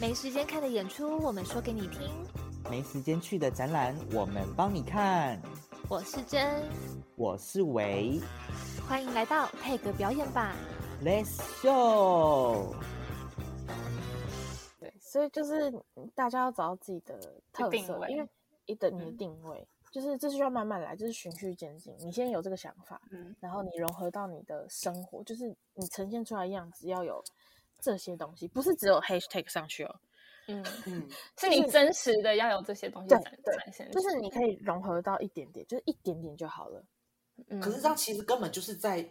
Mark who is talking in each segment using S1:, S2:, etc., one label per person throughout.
S1: 没时间看的演出，我们说给你听。
S2: 没时间去的展览，我们帮你看。
S1: 我是真，
S2: 我是维
S1: 欢迎来到配个表演吧。
S2: ，Let's show。
S3: 对，所以就是嗯大家要找到自己的特
S4: 定
S3: 色，
S4: 位
S3: 因为一等你的
S4: 嗯
S3: 定位，就是这是需要慢慢来，就是循序渐进。你先有这个想法，
S4: 嗯，
S3: 然后你融合到你的生活，就是你呈现出来的样子要有这些东西，不是只有 hashtag 上去哦，
S4: 嗯，
S2: 嗯，
S4: 是你真实的要有这些东西
S3: 对
S4: 展
S3: 对
S4: 展现出
S3: 就
S4: 来，
S3: 是你可以融合到一点点，就是一点点就好了。
S4: 嗯
S2: 可是这样其实根本就是在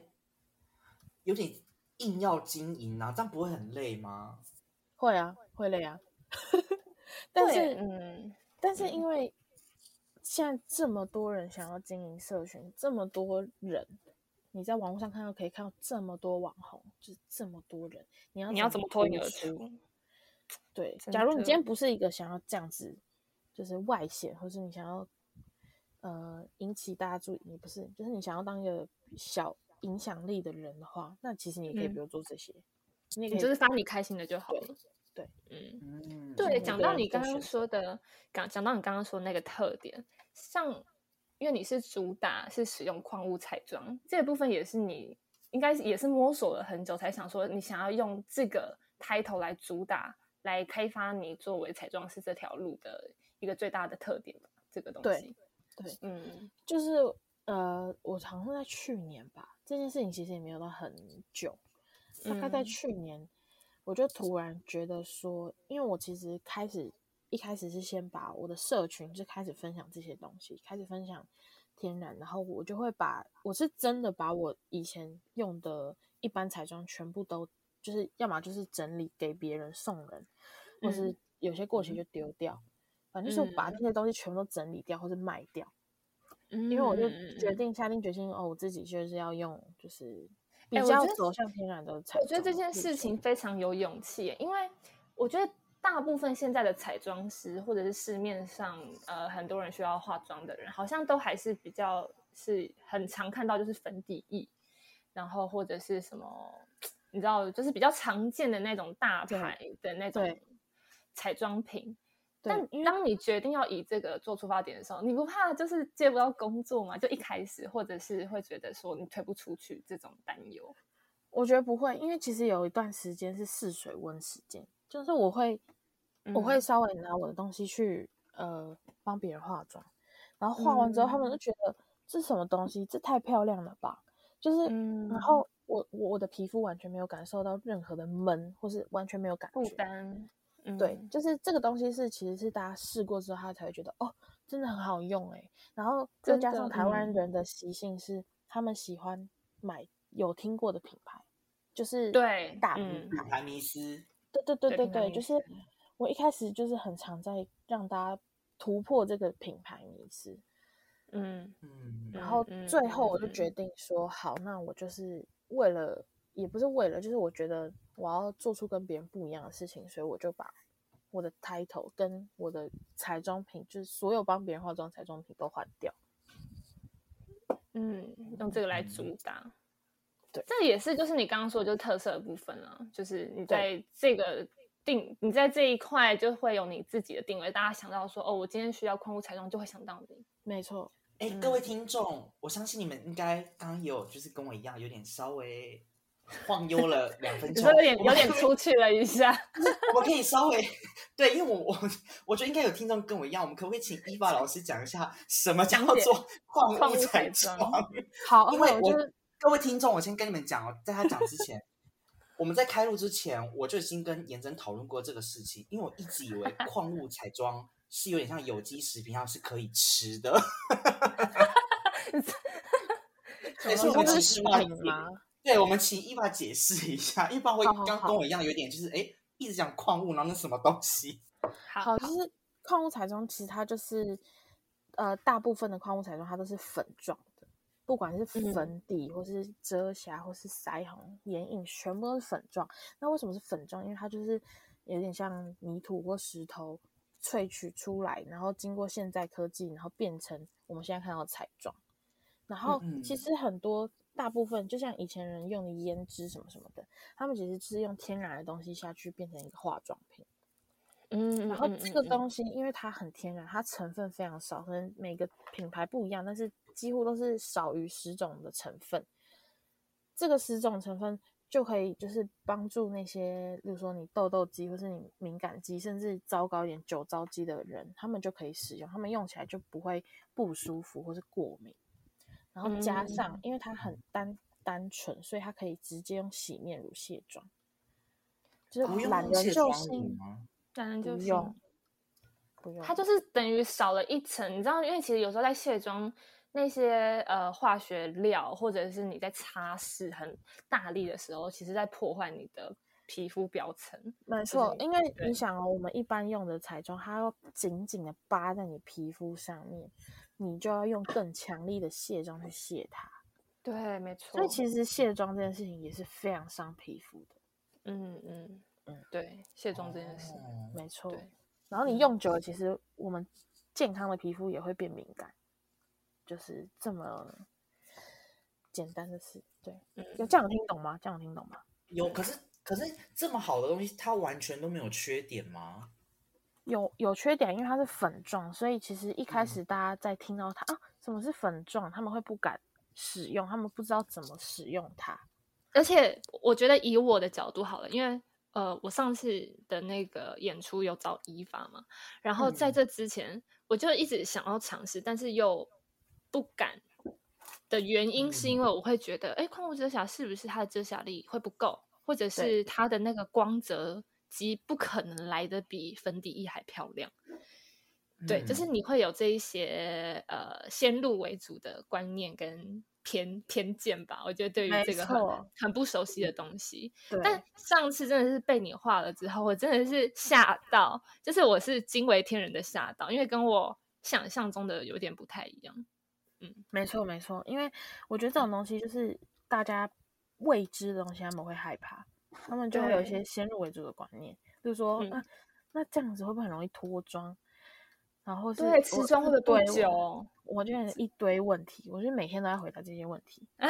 S2: 有点硬要经营啊，这样不会很累吗？
S3: 会啊，会累啊， 但
S4: 对
S3: 是
S4: 嗯，
S3: 但是因为现在这么多人想要经营社群，这么多人，你在网络上看到可以看到这么多网红，就是这么多人，你要
S4: 你要怎么脱颖而
S3: 出？
S4: 出？
S3: 对，
S4: 真
S3: 假如你今
S4: 的
S3: 天不是一个想要这样子，就是外显，或是你想要呃引起大家注意，你不是，就是你想要当一个小影响力的人的话，那其实你也可以
S4: 嗯
S3: 不用做这些，你也可
S4: 你
S3: 以
S4: 就是发你开心的就好了。
S3: 对，
S4: 嗯。
S2: 嗯，
S4: 对，
S3: 嗯
S4: 讲
S3: 每个
S4: 到
S3: 人
S4: 你
S3: 都
S4: 刚
S3: 选
S4: 刚
S3: 择
S4: 说的，讲讲到你刚刚说那个特点，像因为你是主打是使用矿物彩妆这部分，也是你应该也是摸索了很久，才想说你想要用这个 title 来主打，来开发你作为彩妆师这条路的一个最大的特点吧，这个东
S3: 对
S4: 西。
S3: 对
S4: 嗯
S3: 就是呃，我好像在去年吧，这件事情其实也没有到很久，大概在
S4: 嗯
S3: 去年，我就突然觉得说，因为我其实开始一开始是先把我的社群就开始分享这些东西，开始分享天然，然后我就会把我是真的把我以前用的一般彩妆全部都就是要么就是整理给别人送人，或是
S4: 嗯
S3: 有些过期就丢掉，反正就是我把那些东西全部都整理掉或是卖掉。
S4: 嗯
S3: 因为我就
S4: 嗯嗯
S3: 决
S4: 嗯
S3: 定下定决心哦，我自己就是要用，就是比
S4: 哎我
S3: 较
S4: 觉得
S3: 走向天然的彩
S4: 我觉得这
S3: 妆
S4: 件
S3: 路
S4: 事
S3: 线
S4: 情非常有勇气耶，因为我觉得大部分现在的彩妆师或者是市面上呃很多人需要化妆的人，好像都还是比较是很常看到就是粉底液，然后或者是什么，你知道，就是比较常见的那种大
S3: 对
S4: 牌的那种
S3: 对
S4: 彩妆品。
S3: 对
S4: 但当你决定要以这个做出发点的时候，你不怕就是接不到工作嘛？就一开始，或者是会觉得说你推不出去这种担忧。
S3: 我觉得不会，因为其实有一段时间是试水温时间，就是我会、我会
S4: 嗯
S3: 稍微拿我的东西去呃帮别人化妆，然后化完之后，他们
S4: 嗯
S3: 就觉得这什么东西，这太漂亮了吧，就是、
S4: 嗯
S3: 然后我我我的皮肤完全没有感受到任何的闷，或是完全没有感
S4: 负
S3: 觉，
S4: 担。嗯
S3: 对，就是这个东西是其实是大家试过之后，他才会觉得哦，真的很好用哎、然后再
S4: 真
S3: 加
S4: 的
S3: 上台湾
S4: 嗯
S3: 人的习性是，他们喜欢买有听过的品牌，就是
S4: 对
S3: 大品
S4: 嗯
S3: 牌。
S2: 排迷失，
S3: 对对对
S4: 对
S3: 对
S4: 品牌
S3: 对，
S4: 迷
S3: 就是我一开始就是很常在让大家突破这个品牌迷思，
S4: 嗯，
S2: 嗯，
S3: 然后
S4: 嗯嗯
S3: 最后我就
S4: 嗯
S3: 决定说，好，那我就是为了，也不是为了，就是我觉得我要做出跟别人不一样的事情，所以我就把我的 title 跟我的彩妆品，就是所有帮别人化妆彩妆品都换掉。
S4: 嗯，用这个来
S2: 嗯
S4: 主打。
S3: 对
S4: 这也是就是你刚刚说的就是特色的部分啊，就是你
S3: 对
S4: 在这个定，你在这一块就会有你自己的定位。大家想到说，哦，我今天需要矿物彩妆，就会想到你。
S3: 没错，
S2: 哎、
S4: 嗯
S2: 各位听众，我相信你们应该刚刚也有就是跟我一样，有点稍微晃悠了两分
S4: 你
S2: 钟，
S4: 说 有点
S2: 我
S4: 有
S2: 们
S4: 点
S2: 可以
S4: 出去了一下，
S2: 我们可以稍微对，因为我 我我觉得应该有听众跟我一样，我们可不可以请伊娃老师讲一下什么叫
S4: 讲解
S2: 做矿
S4: 矿
S2: 物
S4: 物
S2: 彩
S4: 彩
S2: 妆
S4: 妆？
S3: 好，
S2: 因
S3: 那
S2: 为
S3: 哦我
S2: 我
S3: 就是
S2: 各位听众，我先跟你们讲哦，在他讲之前，我们在开录之前，我就已经跟妍真讨论过这个事情，因为我一直以为矿物彩妆是有点像有机食品，它是可以吃 的， 对，所以
S3: 你
S2: 我
S3: 说
S2: 们
S3: 这
S2: 请
S3: 是食
S2: 伊娃
S3: 品
S2: 解
S3: 吗？
S2: 对，我们请伊娃解释一下，伊娃会
S3: 好好
S2: 刚跟我一样有点就是哎，诶一直讲矿物，然后那什么东西？
S4: 好
S3: 好，就是矿物彩妆，其实它就是呃，大部分的矿物彩妆它都是粉状的，不管是
S4: 嗯
S3: 粉底、或是遮瑕或是腮红、眼影，全部都是粉状。那为什么是粉状？因为它就是有点像泥土或石头萃取出来，然后经过现代科技，然后变成我们现在看到的彩妆。然后
S2: 嗯嗯
S3: 其实很多大部分，就像以前人用的胭脂什么什么的，他们其实是用天然的东西下去变成一个化妆品。
S4: 嗯，
S3: 然后
S4: 嗯
S3: 这个
S4: 嗯嗯
S3: 东西，因为它很天然，它成分非常少，可能每个品牌不一样，但是几乎都是少于十种的成分。这个十种成分就可以就是帮助那些，比如说你痘痘肌或是你敏感肌，甚至糟糕一点酒糟肌的人，他们就可以使用，他们用起来就不会不舒服或是过敏。然后
S2: 嗯
S3: 加上，因为它很单单纯，所以它可以直接用洗面乳卸妆，就
S2: 不
S3: 是
S2: 用
S3: 懒人
S2: 卸
S3: 就
S2: 妆乳
S3: 性
S2: 吗？
S4: 当然就
S3: 不
S4: 是
S3: 用，不用，
S4: 它就是等于少了一层，你知道，因为其实有时候在卸妆那些呃化学料，或者是你在擦拭很大力的时候，其实在破坏你的皮肤表层。
S3: 没
S4: 是
S3: 错，
S4: 你
S3: 因为你
S4: 对
S3: 想哦，我们一般用的彩妆，它要紧紧的扒在你皮肤上面，你就要用更强力的卸妆去卸它。
S4: 对，没错。
S3: 所以其实卸妆这件事情也是非常伤皮肤的，
S4: 嗯嗯
S3: 嗯
S4: 嗯，对，卸妆这件事，
S2: 哦
S3: 没错。
S4: 对
S3: 然后你
S4: 嗯
S3: 用久了，其实我们健康的皮肤也会变敏感，就是这么简单的事。对，有这样听懂吗？这样听懂吗？
S2: 有，可是可是这么好的东西，它完全都没有缺点吗？
S3: 有有缺点，因为它是粉状，所以其实一开
S2: 嗯
S3: 始大家在听到它、啊，什么是粉状，他们会不敢使用，他们不知道怎么使用它。
S4: 而且我觉得以我的角度好了，因为呃，我上次的那个演出有找伊法嘛，然后在
S2: 嗯
S4: 这之前、我就一直想要尝试，但是又不敢的原因是因为我会觉得，哎、矿物遮瑕是不是它的遮瑕力会不够，或者是它的那个光泽肌不可能来的比粉底液还漂亮。对，就是
S2: 嗯
S4: 你会有这一些呃先入为主的观念跟偏偏见吧。我觉得对
S3: 没
S4: 于这个很
S3: 错
S4: 很不熟悉的东西，
S3: 对
S4: 但上次真的是被你画了之后，我真的是吓到，就是我是惊为天人的吓到，因为跟我想象中的有点不太一样。
S3: 没错没错，因为我觉得这种东西就是大家未知的东西，他们会害怕，他们就会有一
S4: 对
S3: 些先入为主的观念，比如说、
S4: 嗯
S3: 啊，那这样子会不会很容易脱妆？然后是
S4: 对，持妆会不会不
S3: 久？我
S4: 久？
S3: 我就有一堆问题，我就每天都在回答这些问题。
S2: 那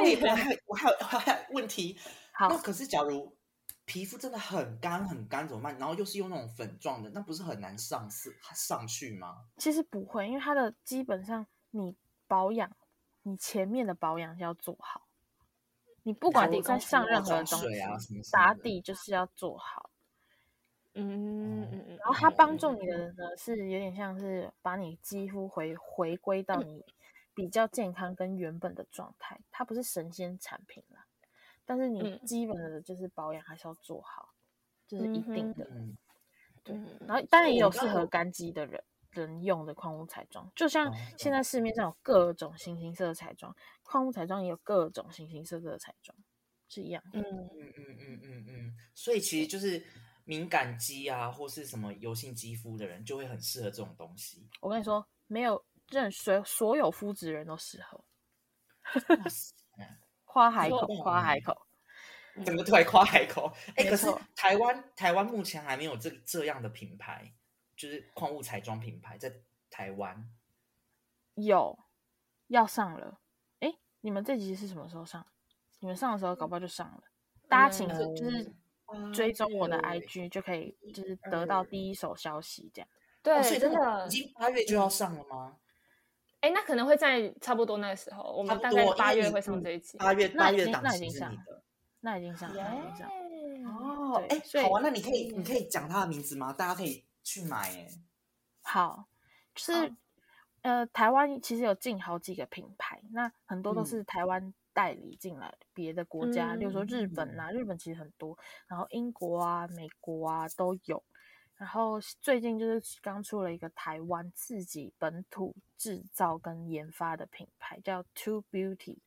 S2: 我也
S4: 对
S2: 我还有我还有我还有问题。
S3: 好
S2: 那可是假如皮肤真的很干很干怎么办？然后又是用那种粉状的，那不是很难上色上去吗？
S3: 其实不会，因为它的基本上你保养，你前面的保养是要做好。你不管
S4: 打底
S3: 你在
S4: 功夫
S3: 上
S2: 啊
S3: 任何
S2: 装
S3: 东西，
S2: 水啊什么什么
S3: 打
S2: 的
S3: 底就是要做好。
S4: 嗯嗯嗯嗯，
S3: 然后它帮助
S4: 嗯
S3: 你的呢，是有点像是把你肌肤回回归到你比较健康跟原本的状态。它不是神仙产品啦，但是你
S4: 嗯
S3: 基本的就是保养还是要做好，这、是一定
S4: 嗯哼
S3: 的。
S2: 嗯，
S4: 嗯
S3: 然后当然也有
S2: 我
S3: 适
S2: 刚
S3: 合干肌的人人用的矿物彩妆，就像
S2: 哦
S3: 现在市面上有各种形形色色的彩妆，矿物彩妆也有各种形形色色的彩妆，是一样的。
S4: 嗯
S2: 嗯嗯嗯嗯嗯，所以其实就是敏感肌啊，或是什么油性肌肤的人，就会很适合这种东西。
S3: 我跟你说，没有任所所有肤质人都适合，
S2: 哇塞，
S3: 夸海
S4: 说
S3: 口，夸海口。
S2: 整个突然夸海口。哎、
S3: 没
S2: 可是
S3: 错
S2: 台湾台湾目前还没有这这样的品牌，就是矿物彩妆品牌在台湾。
S3: 有要上了，哎，你们这集是什么时候上？你们上的时候搞不好就上了，大家请
S4: 嗯
S3: 就是
S2: 嗯
S3: 追踪我的
S2: 对
S3: IG 就可以，就是得到第一手消息这样。
S4: 对
S2: 哦，所以
S4: 真
S2: 那个
S4: 的
S2: 已，经八月就要上了吗？
S4: 哎，那可能会在差不多那个时候，我
S2: 差
S4: 们
S2: 不
S4: 大
S2: 多
S4: 概
S2: 因为
S4: 八月
S2: 你
S4: 会上
S2: 嗯
S4: 这一期。
S2: 八月
S3: 那
S2: 八
S3: 已
S2: 月
S3: 经
S2: 档
S3: 那已
S2: 期
S3: 经
S2: 是
S3: 上
S2: 你
S3: 了
S2: 的
S3: 那已经上了，那已经上了。
S2: 哦
S3: 对
S2: 哎、
S3: 所以嗯
S2: 好啊，那你可以你可以讲他的名字吗？大家可以去买哎、
S3: 好，就是、呃，台湾其实有进好几个品牌，那很多都
S2: 嗯
S3: 是台湾代理进来别的国家，例如说日本
S2: 嗯
S3: 啊，日本其实很多，然后英国啊、美国啊都有。然后最近就是刚出了一个台湾自己本土制造跟研发的品牌，叫 Two Beauty。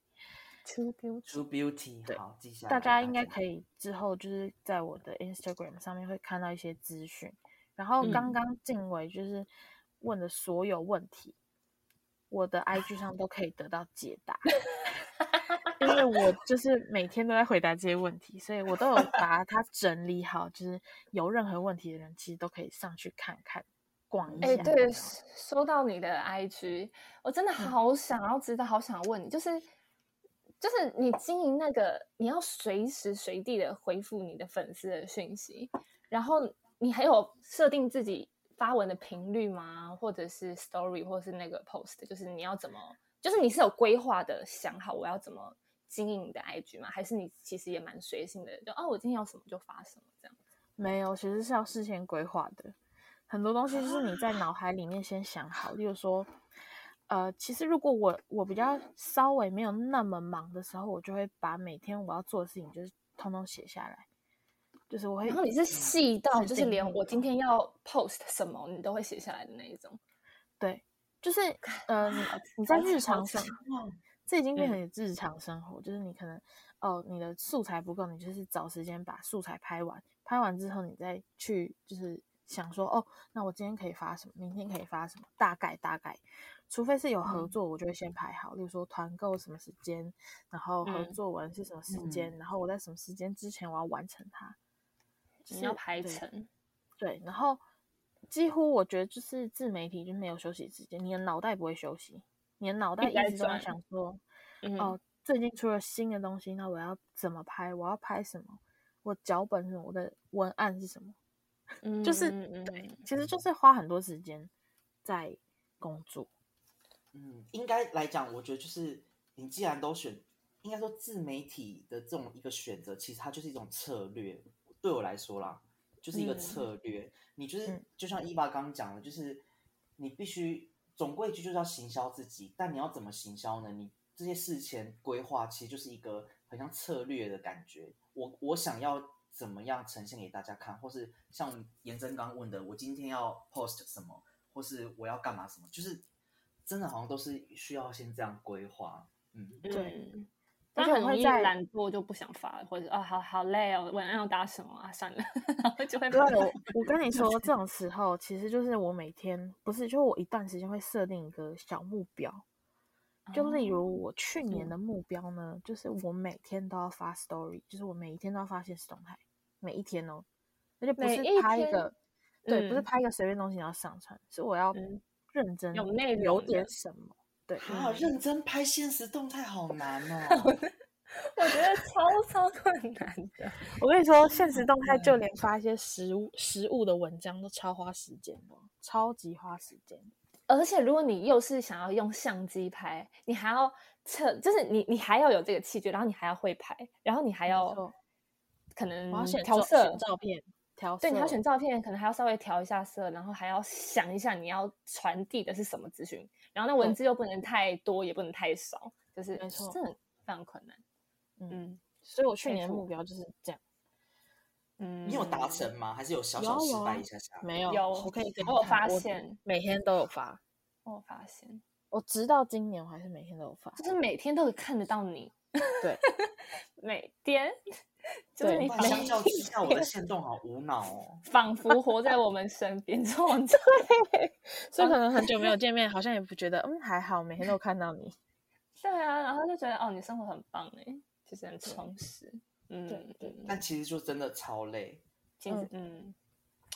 S4: True Beauty。
S2: t r u e Beauty，
S3: 对
S2: 好，记下来。
S3: 大家应该可
S2: 以。
S3: 以之后就是在我的 Instagram 上面会看到一些资讯。然后
S4: 嗯
S3: 刚刚静伟就是问的所有问题，我的 IG 上都可以得到解答，因为我就是每天都在回答这些问题，所以我都有把它整理好，就是有任何问题的人其实都可以上去看看逛一下。
S4: 哎、对，说到你的 IG，我真的好想要知道，好想问你，就是就是你经营那个，你要随时随地的回复你的粉丝的讯息，然后你还有设定自己发文的频率吗？或者是 story，或是那个 post，就是你要怎么，就是你是有规划的，想好我要怎么经营你的 IG 吗？还是你其实也蛮随性的，就哦，我今天要什么就发什么这样？
S3: 没有，其实是要事先规划的。很多东西就是你在脑海里面先想好，例如说，呃，其实如果我我比较稍微没有那么忙的时候，我就会把每天我要做的事情就是通通写下来，就是我会。
S4: 然后你是细到
S3: 制
S4: 就是
S3: 定
S4: 连
S3: 目
S4: 我今
S3: 标
S4: 天要 post 什么，你都会写下来的那一种。
S3: 对，就是呃，你你在
S4: 好哦
S3: 日
S4: 长
S3: 常生
S4: 好长
S3: 这已经变
S2: 嗯
S3: 成你日常生活，就是你可能哦，你的素材不够，你就是找时间把素材拍完，拍完之后你再去就是想说哦，那我今天可以发什么，明天可以发什么，大概大概，除非是有合
S4: 嗯
S3: 作，我就会先排好，例如说团购什么时间，然后合
S4: 嗯
S3: 作文是什么时间，然后我在什么时间之前我要完成它，就
S4: 你要
S3: 是
S4: 排
S3: 对
S4: 成，
S3: 对，然后几乎我觉得就是自媒体就没有休息时间，你的脑袋不会休息，你的脑袋
S4: 直在
S3: 一直都在
S4: 转
S3: 想说，
S4: 嗯，
S3: 哦，最近出了新的东西，那我要怎么拍？我要拍什么？我脚本是什么？我的文案是什么？就是
S4: 嗯嗯
S3: 对
S4: 嗯，
S3: 其实就是花很多时间在工作。
S2: 嗯，应该来讲，我觉得就是你既然都选，应该说自媒体的这种一个选择，其实它就是一种策略。对我来说啦，就是一个
S4: 嗯
S2: 策略。你就是、
S3: 嗯
S2: 就像伊爸刚刚讲的，就是你必须总归一句就是要行销自己，但你要怎么行销呢？你这些事前规划其实就是一个很像策略的感觉。我我想要怎么样呈现给大家看，或是像颜真刚问的，我今天要 post 什么，或是我要干嘛什么，就是真的好像都是需要先这样规划。嗯，
S3: 对
S4: 嗯，
S3: 而
S4: 但
S3: 且我
S4: 很容
S3: 会
S4: 易
S3: 在
S4: 懒惰就不想发了，或者是啊好好累哦，晚上要打什么啊，算了， 然后就会
S3: 对
S4: 把，
S3: 我，我跟你说，这种时候其实就是我每天不是，就我一段时间会设定一个小目标，就
S4: 哦
S3: 例如我去年
S4: 嗯
S3: 的目标呢，就是我每天都要发 story，就是我每一天都要发现实动态，每一天哦，而且不
S4: 每
S3: 是
S4: 一
S3: 拍一
S4: 天
S3: 个，对，不是
S4: 嗯
S3: 拍一个随便东西然后上传，是我要
S4: 嗯
S3: 认真
S4: 有内
S3: 有
S4: 容的啊
S3: 点什么，对，
S2: 好啊认真拍现实动态好难 哦。
S4: 我觉得超超困难的，
S3: 我跟你说，现实动态就
S4: 嗯
S3: 连发一些食物食物的文章都超花时间的，超级花时间。
S4: 而且如果你又是想要用相机拍，你还要测，就是你你还要有这个器具，然后你还要会拍，然后你还要
S3: 错
S4: 可能
S3: 我要选
S4: 调
S3: 照
S4: 色
S3: 选照片，调色，
S4: 对，你要选照片，可能还要稍微调一下色，然后还要想一下你要传递的是什么资讯，然后那文
S3: 对
S4: 字又不能太多，也不能太少，就是
S3: 没错
S4: 真的非常困难。嗯
S3: 所以我去
S4: 没
S3: 年的
S4: 错
S3: 目标就是这样，
S4: 嗯，
S2: 你有达成吗？还是有小
S3: 有
S2: 小
S3: 啊
S2: 失
S3: 有啊
S2: 败一下下？
S3: 没有，
S4: 有
S3: 我可以给你
S4: 我有
S3: 看
S4: 发现，
S3: 每天都有发，
S4: 我有发现，
S3: 我直到今年我还是每天都有发，
S4: 就是 每天都可以看得到你，
S3: 对，
S4: 每天，就是
S3: 对
S4: 你
S2: 哇
S4: 每
S2: 相较之
S4: 一
S2: 下，我的
S4: 天
S2: 线动好无脑哦。
S4: 仿佛活在我们身边，这种
S3: 所以可能很久没有见 面，好像也不觉得，嗯，还好，每天都有看到你，
S4: 对啊，然后就觉得哦，你生活很棒哎，其实很充实。嗯，
S3: 对
S4: 嗯
S2: 但其实就真的超累。
S4: 其实嗯，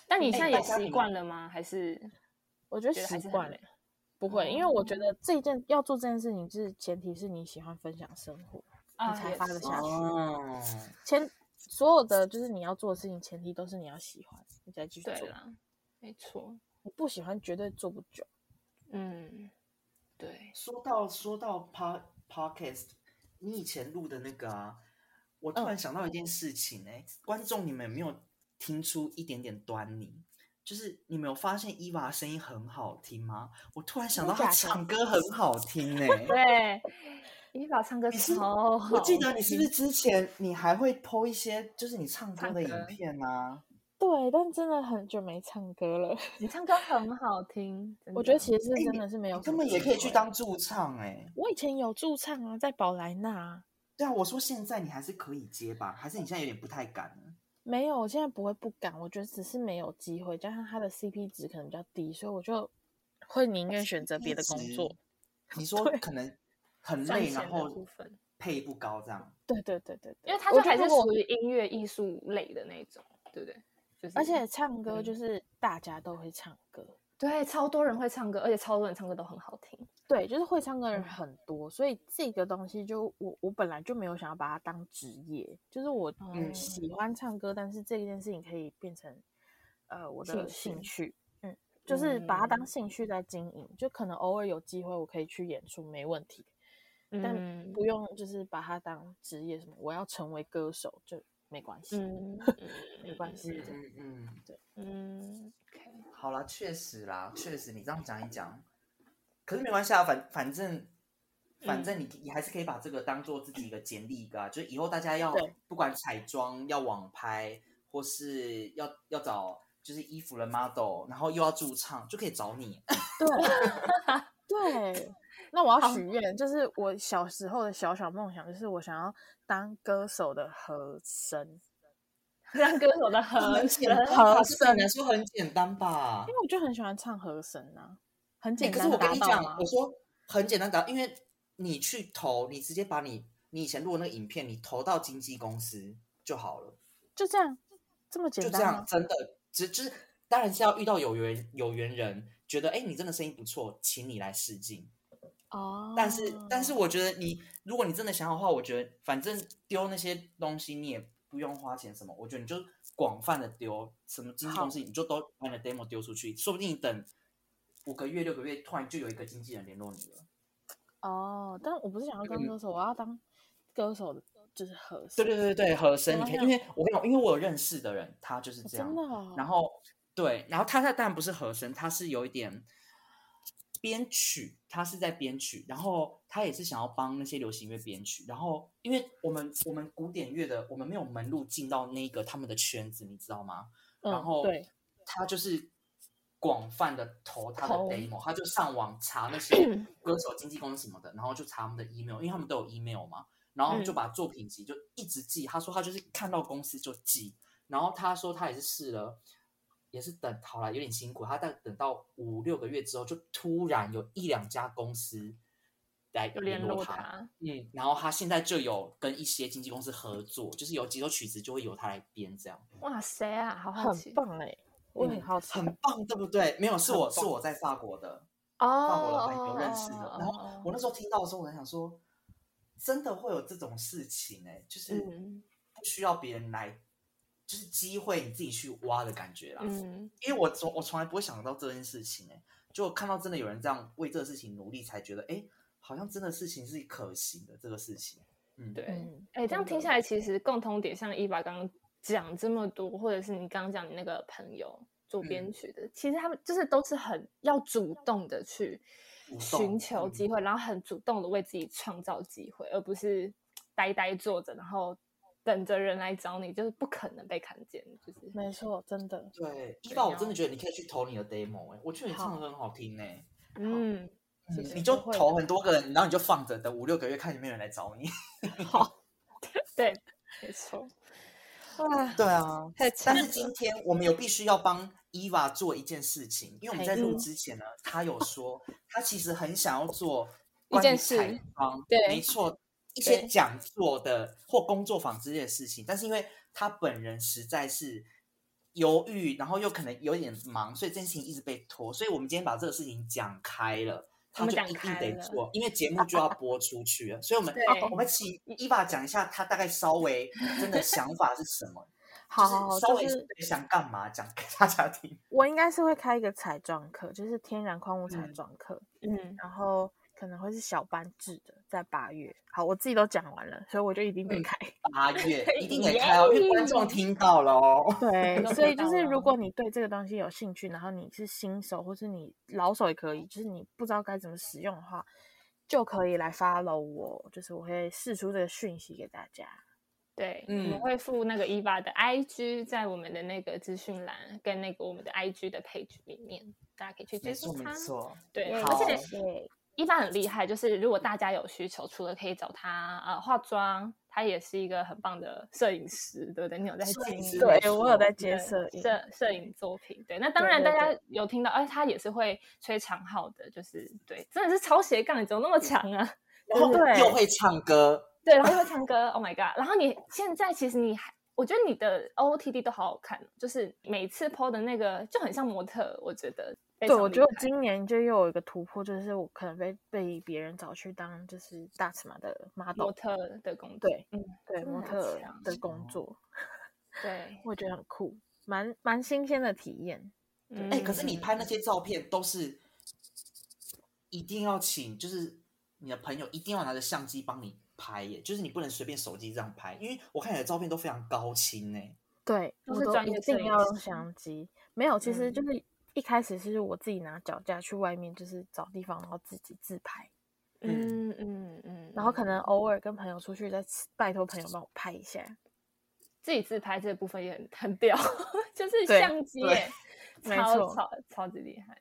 S4: 但你现在
S2: 哎
S4: 也
S2: 大家你
S4: 习
S2: 们
S4: 惯了吗？还是
S3: 我觉得
S4: 觉得还
S3: 习
S4: 是很
S3: 惯了嗯
S4: 累。
S3: 不会，因为我觉得这件要做这件事情，就是前提是你喜欢分享生活，
S4: 啊
S3: 你才
S4: 也
S3: 发得
S4: 是
S3: 下去。
S2: 哦，
S3: 前所有的就是你要做的事情，前提都是你要喜欢，你再去做
S4: 对。啦，没错，
S3: 你不喜欢绝对做不久。
S4: 嗯，对，
S2: 说到说到 pod podcast，你以前录的那个啊，我突
S3: 嗯
S2: 然想到一件事情哎、观众你们有没有听出一点点端倪？就是你们有发现伊娃的声音很好听吗？我突然想到她
S3: 真的假的
S2: 唱歌很好听哎、
S4: 对，伊宝唱歌
S2: 你是
S4: 超好，
S2: 我记得你是不是之前你还会 PO 一些就是你唱歌
S4: 唱
S2: 的
S4: 歌
S2: 影片啊？
S3: 对，但真的很久没唱歌了。
S4: 你唱歌很好听，真
S3: 我觉得
S4: 的
S3: 其实是
S2: 哎
S3: 真
S2: 你
S3: 的是没有
S2: 你
S3: 什
S2: 根
S3: 么
S2: 本也
S3: 机
S2: 可以去
S3: 会。
S2: 当驻唱哎、
S3: 我以前有驻唱啊，在宝莱纳啊。
S2: 对啊，我说现在你还是可以接吧，还是你现在有点不太敢了？
S3: 没有，我现在不会不敢，我觉得只是没有机会，加上他的 CP 值可能比较低，所以我就会宁愿选择别的工 作。。
S2: 你说可能很
S4: 赚
S2: 累，
S4: 钱
S2: 然
S4: 的部
S2: 后
S4: 分，
S2: 配不高这样。
S3: 对对对对对，
S4: 因为他
S3: 我
S4: 就
S3: 觉
S4: 还
S3: 得
S4: 是
S3: 如果
S4: 属于音乐艺术类的那种，对不对？就是
S3: 而且唱歌
S4: 嗯
S3: 就是大家都会唱歌，
S4: 对，超多人会唱歌，而且超多人唱歌都很好听。
S3: 对，就是会唱歌的人
S4: 嗯
S3: 很多，所以这个东西就我我本来就没有想要把它当职业，就是我
S4: 嗯
S3: 喜欢唱歌，但是这件事情可以变成呃我
S4: 兴
S3: 的兴
S4: 趣
S3: 趣，嗯，就是把它当
S4: 嗯
S3: 兴趣在经营，就可能偶尔有机会我可以去演出，没问题，但
S4: 嗯
S3: 不用就是把它当职业什么，我要成为歌手就没关系，
S4: 嗯
S3: 没关系
S2: 嗯
S3: 的。
S2: 嗯嗯，
S4: 嗯，OK，
S2: 好啦，确实啦，确实你这样讲一讲，可是没关系啊，反反正反
S3: 嗯
S2: 正你、你还是可以把这个当做自己一个简历一个啊，就是以后大家要
S3: 对
S2: 不管彩妆要网拍，或是要要找就是衣服的 model，然后又要驻唱，就可以找你。
S3: 对，那我要
S4: 哦
S3: 许愿，就是我小时候的小小梦想，就是我想要当歌手的和声，
S4: 让歌手的和声
S2: 单
S3: 和
S2: 吧，对
S3: 声
S2: 你来说很简单吧
S3: 因？为我就很喜欢唱和声啊，很
S2: 欸
S3: 简
S2: 可
S3: 单
S2: 是我跟
S3: 达
S2: 你
S3: 到
S2: 讲
S3: 嘛，
S2: 我说很简单达到，因为你去投，你直接把你你以前录的那个影片，你投到经纪公司就好了，
S3: 就这样，这么
S2: 就
S3: 简
S2: 这
S3: 单
S2: 样，
S3: 吗？
S2: 真的，只就是当然是要遇到有缘有缘人，觉得哎、欸你真的声音不错，请你来试镜。
S3: 哦
S2: 但是但是我觉得你如果你真的想要的话，我觉得反正丢那些东西你也不用花钱什么，我觉得你就广泛的丢，什么经纪公司你就都把你的 demo 丢出去，说不定你等五个月六个月，突然就有一个经纪人联络你了。
S3: 哦，但我不是想要当
S2: 嗯
S3: 歌手，我要当歌手的，就是和
S2: 对
S3: 声。
S2: 对对对对，和声，
S3: 哇
S2: 你可以
S3: 哦
S2: 因为我
S3: 那
S2: 跟你讲，因为我有认识的人，他就是
S3: 哦
S2: 这样，
S3: 真的哦，
S2: 然后对，然后他他当然不是和声，他是有一点编曲，他是在编曲，然后他也是想要帮那些流行乐编曲，然后因为我们我们古典乐的我们没有门路进到那个他们的圈子，你知道吗？然
S3: 嗯
S2: 后
S3: 对，
S2: 他就是广泛的投他的
S4: 投嗯
S2: demo，他就上网查那些 歌手、经纪公司什么的，然后就查他们的 email，因为他们都有 email 嘛，然后就
S4: 嗯
S2: 把作品集就一直寄。他说他就是看到公司就寄，然后他说他也是试了。也是等好了，有点辛苦。他大概等到五六个月之后，就突然有一两家公司来
S4: 有联络
S2: 他，
S4: 他，
S2: 嗯，然后他现在就有跟一些经纪公司合作，就是有几首曲子就会由他来编这样。
S4: 哇塞啊，好好奇
S3: 很棒哎，我也很
S2: 嗯
S3: 好奇。
S2: 很棒，对不对？没有，是我
S3: 很棒
S2: 是我在法国的，法国的
S4: 哦，
S2: 朋友认识的。然后我那时候听到的时候，我在想说，真的会有这种事情哎、就是
S4: 嗯
S2: 不需要别人来，就是机会你自己去挖的感觉啦。
S4: 嗯
S2: 因为我从我从来不会想到这件事情哎、就看到真的有人这样为这个事情努力，才觉得哎、好像真的事情是可行的这个事情。嗯，
S4: 对，
S3: 嗯
S4: 哎、这样听下来，其实共同点像伊娃刚刚讲这么多，或者是你刚刚讲你那个朋友做编
S2: 嗯
S4: 曲的，其实他们就是都是很要主动的去
S2: 主
S4: 寻
S2: 动
S4: 求
S2: 嗯
S4: 机会，然后很主动的为自己创造机会，而不是呆呆坐着，然后等着人来找你，就是不可能被看见，就是
S3: 没错，真的。
S2: 对，伊
S4: 对
S2: 爸，我
S4: 然
S2: 真的觉得你可以去投你的 demo 哎、我觉得你
S3: 好
S2: 唱的很好听哎、
S4: 嗯，
S3: 谢
S2: 嗯
S3: 谢
S2: 你就
S3: 我会
S2: 投
S3: 的
S2: 很多个人，然后你就放着，等五六个月看有没有人来找你。
S4: 对，没错，
S3: 哇，
S2: 对啊，
S4: 太
S2: 但
S4: 惨
S2: 是今天我们有必须要帮伊娃做一件事情，因为我们在录
S4: 嗯
S2: 之前呢，她有说她其实很想要做
S4: 一件
S2: 关于
S4: 事
S2: 彩妆，
S4: 对
S2: 没错，一些
S4: 对
S2: 讲座的或工作坊之类的事情，但是因为她本人实在是。犹豫，然后又可能有点忙，所以这件事情一直被拖。所以我们今天把这个事情讲开了，
S4: 我
S2: 她
S4: 们
S2: 就
S4: 讲
S2: 一定
S4: 开
S2: 得
S4: 了
S2: 做，因为节目就要播出去了。所以我们
S4: 对
S2: 我们请伊娃讲一下，她大概稍微真的想法是什么，
S3: 好好
S2: 就
S3: 好，
S2: 是稍微
S3: 就是
S2: 想干嘛讲给大家听。
S3: 我应该是会开一个彩妆课，就是天然矿物彩
S2: 嗯
S3: 妆课，
S4: 嗯，
S3: 然后可能会是小班制的，在八月。好，我自己都讲完了，所以我就一定得
S2: 嗯
S3: 开。
S2: 八月一定得开哦，因为观众听到了哦。
S3: 对
S4: 都，
S3: 所
S4: 得
S3: 以就
S4: 到
S3: 是
S4: 了
S3: 如果你对这个东西有兴趣，然后你是新手或是你老手也可以，就是你不知道该怎么使用的话，就可以来 follow 我，就是我会试出这个讯息给大家。
S4: 对，我
S2: 嗯
S4: 们会附那个伊娃的 IG 在我们的那个资讯栏跟那个我们的 IG 的 page 里面，大家可以去
S2: 没
S4: 追
S2: 错
S4: 踪
S2: 没
S4: 它。
S2: 错，
S4: 对，
S2: 好
S4: 嗯而且
S3: 对，
S4: 伊娃很厉害，就是如果大家有需求，除了可以找她呃化妆，她也是一个很棒的摄影师，对不对？你有在
S2: 摄影
S4: 经
S2: 师
S4: 营
S2: 没
S3: 对我
S2: 错
S3: 有在
S4: 对
S3: 接摄影，
S4: 摄摄影作品，对，那当
S3: 对
S4: 然
S3: 对
S4: 大家
S3: 对
S4: 有听到，哎，她也是会吹长号的，就是对，真的是超斜杠，你怎么那么强啊？
S2: 然后
S3: 对
S2: 又会唱歌，
S4: 对，然后又会唱歌，Oh my god！然后你现在其实你还，我觉得你的 OOTD 都好好看，哦就是每次 PO 的那个就很像模特，我觉得非
S3: 对，
S4: 常
S3: 我
S4: 厉
S3: 觉得我
S4: 害
S3: 今年就又有一个突破，就是我可能被被别人找去当就是大尺码的 model，
S4: 模特的工作，
S3: 对
S4: 嗯，
S3: 对
S4: 真的
S3: 模
S4: 好
S3: 特
S4: 强
S3: 的工
S2: 哦
S3: 作，
S4: 对，
S3: 我觉得很酷。蛮蛮新鲜的体验。
S4: 嗯
S2: 哎、可是你拍那些照片都是一定要请，就是你的朋友一定要拿着相机帮你拍耶，就是你不能随便手机这样拍，因为我看你的照片都非常高清呢。
S3: 对，
S4: 都
S3: 我
S4: 是
S3: 都
S4: 专
S3: 一
S4: 业摄
S3: 定
S4: 影
S3: 要用
S4: 师
S3: 相机。没有，其实就
S4: 嗯
S3: 是一开始是我自己拿脚架去外面，就是找地方，然后自己自拍，
S4: 嗯嗯嗯，
S3: 然后可
S4: 嗯
S3: 能偶尔跟朋友出去再吃拜托朋友帮我拍一下。
S4: 自己自拍这部分也很很屌， 就是
S3: 对
S4: 相机
S2: 对
S4: 耶，
S3: 没
S4: 超
S3: 错
S4: 超超级厉害。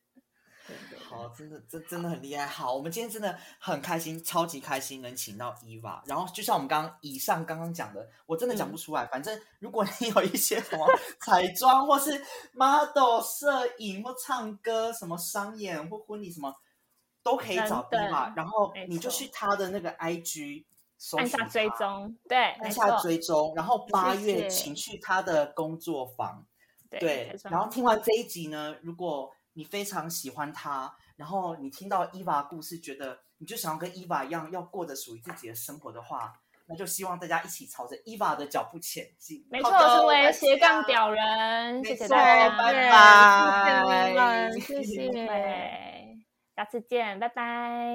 S3: 对对对
S2: 好，真的，这真的很厉害。好，我们今天真的很开心，超级开心能请到伊娃。然后就像我们刚刚以上刚刚讲的，我真的讲不
S4: 嗯
S2: 出来。反正如果你有一些什么彩妆，或是 model 摄影，或唱歌，什么商演或婚礼什么，都可以找伊
S4: 等
S2: 娃。
S4: 等
S2: 然后
S4: 没
S2: 你就
S4: 错
S2: 去他的那个 IG 搜
S4: 按
S2: 寻
S4: 下追
S2: 她，
S4: 踪，对，没
S2: 按下
S4: 错
S2: 追踪。然后八
S3: 谢
S2: 月
S3: 谢
S2: 请去他的工作坊。对
S4: 对，，
S2: 然后听完这一集呢，如果你非常喜欢他，然后你听到伊娃的故事，觉得你就想要跟伊娃一样，要过着属于自己的生活的话，那就希望大家一起朝着伊娃的脚步前进。
S4: 没
S2: 好
S4: 错，
S2: 的
S4: 成为
S2: 感
S4: 斜
S2: 谢
S4: 杠
S2: 啊
S4: 屌人，谢
S2: 没
S4: 谢
S2: 错
S4: 大家，
S2: 拜
S3: 拜
S2: 拜，
S3: 谢 谢你们谢谢
S4: 对，下次见，拜拜。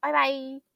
S3: 拜拜。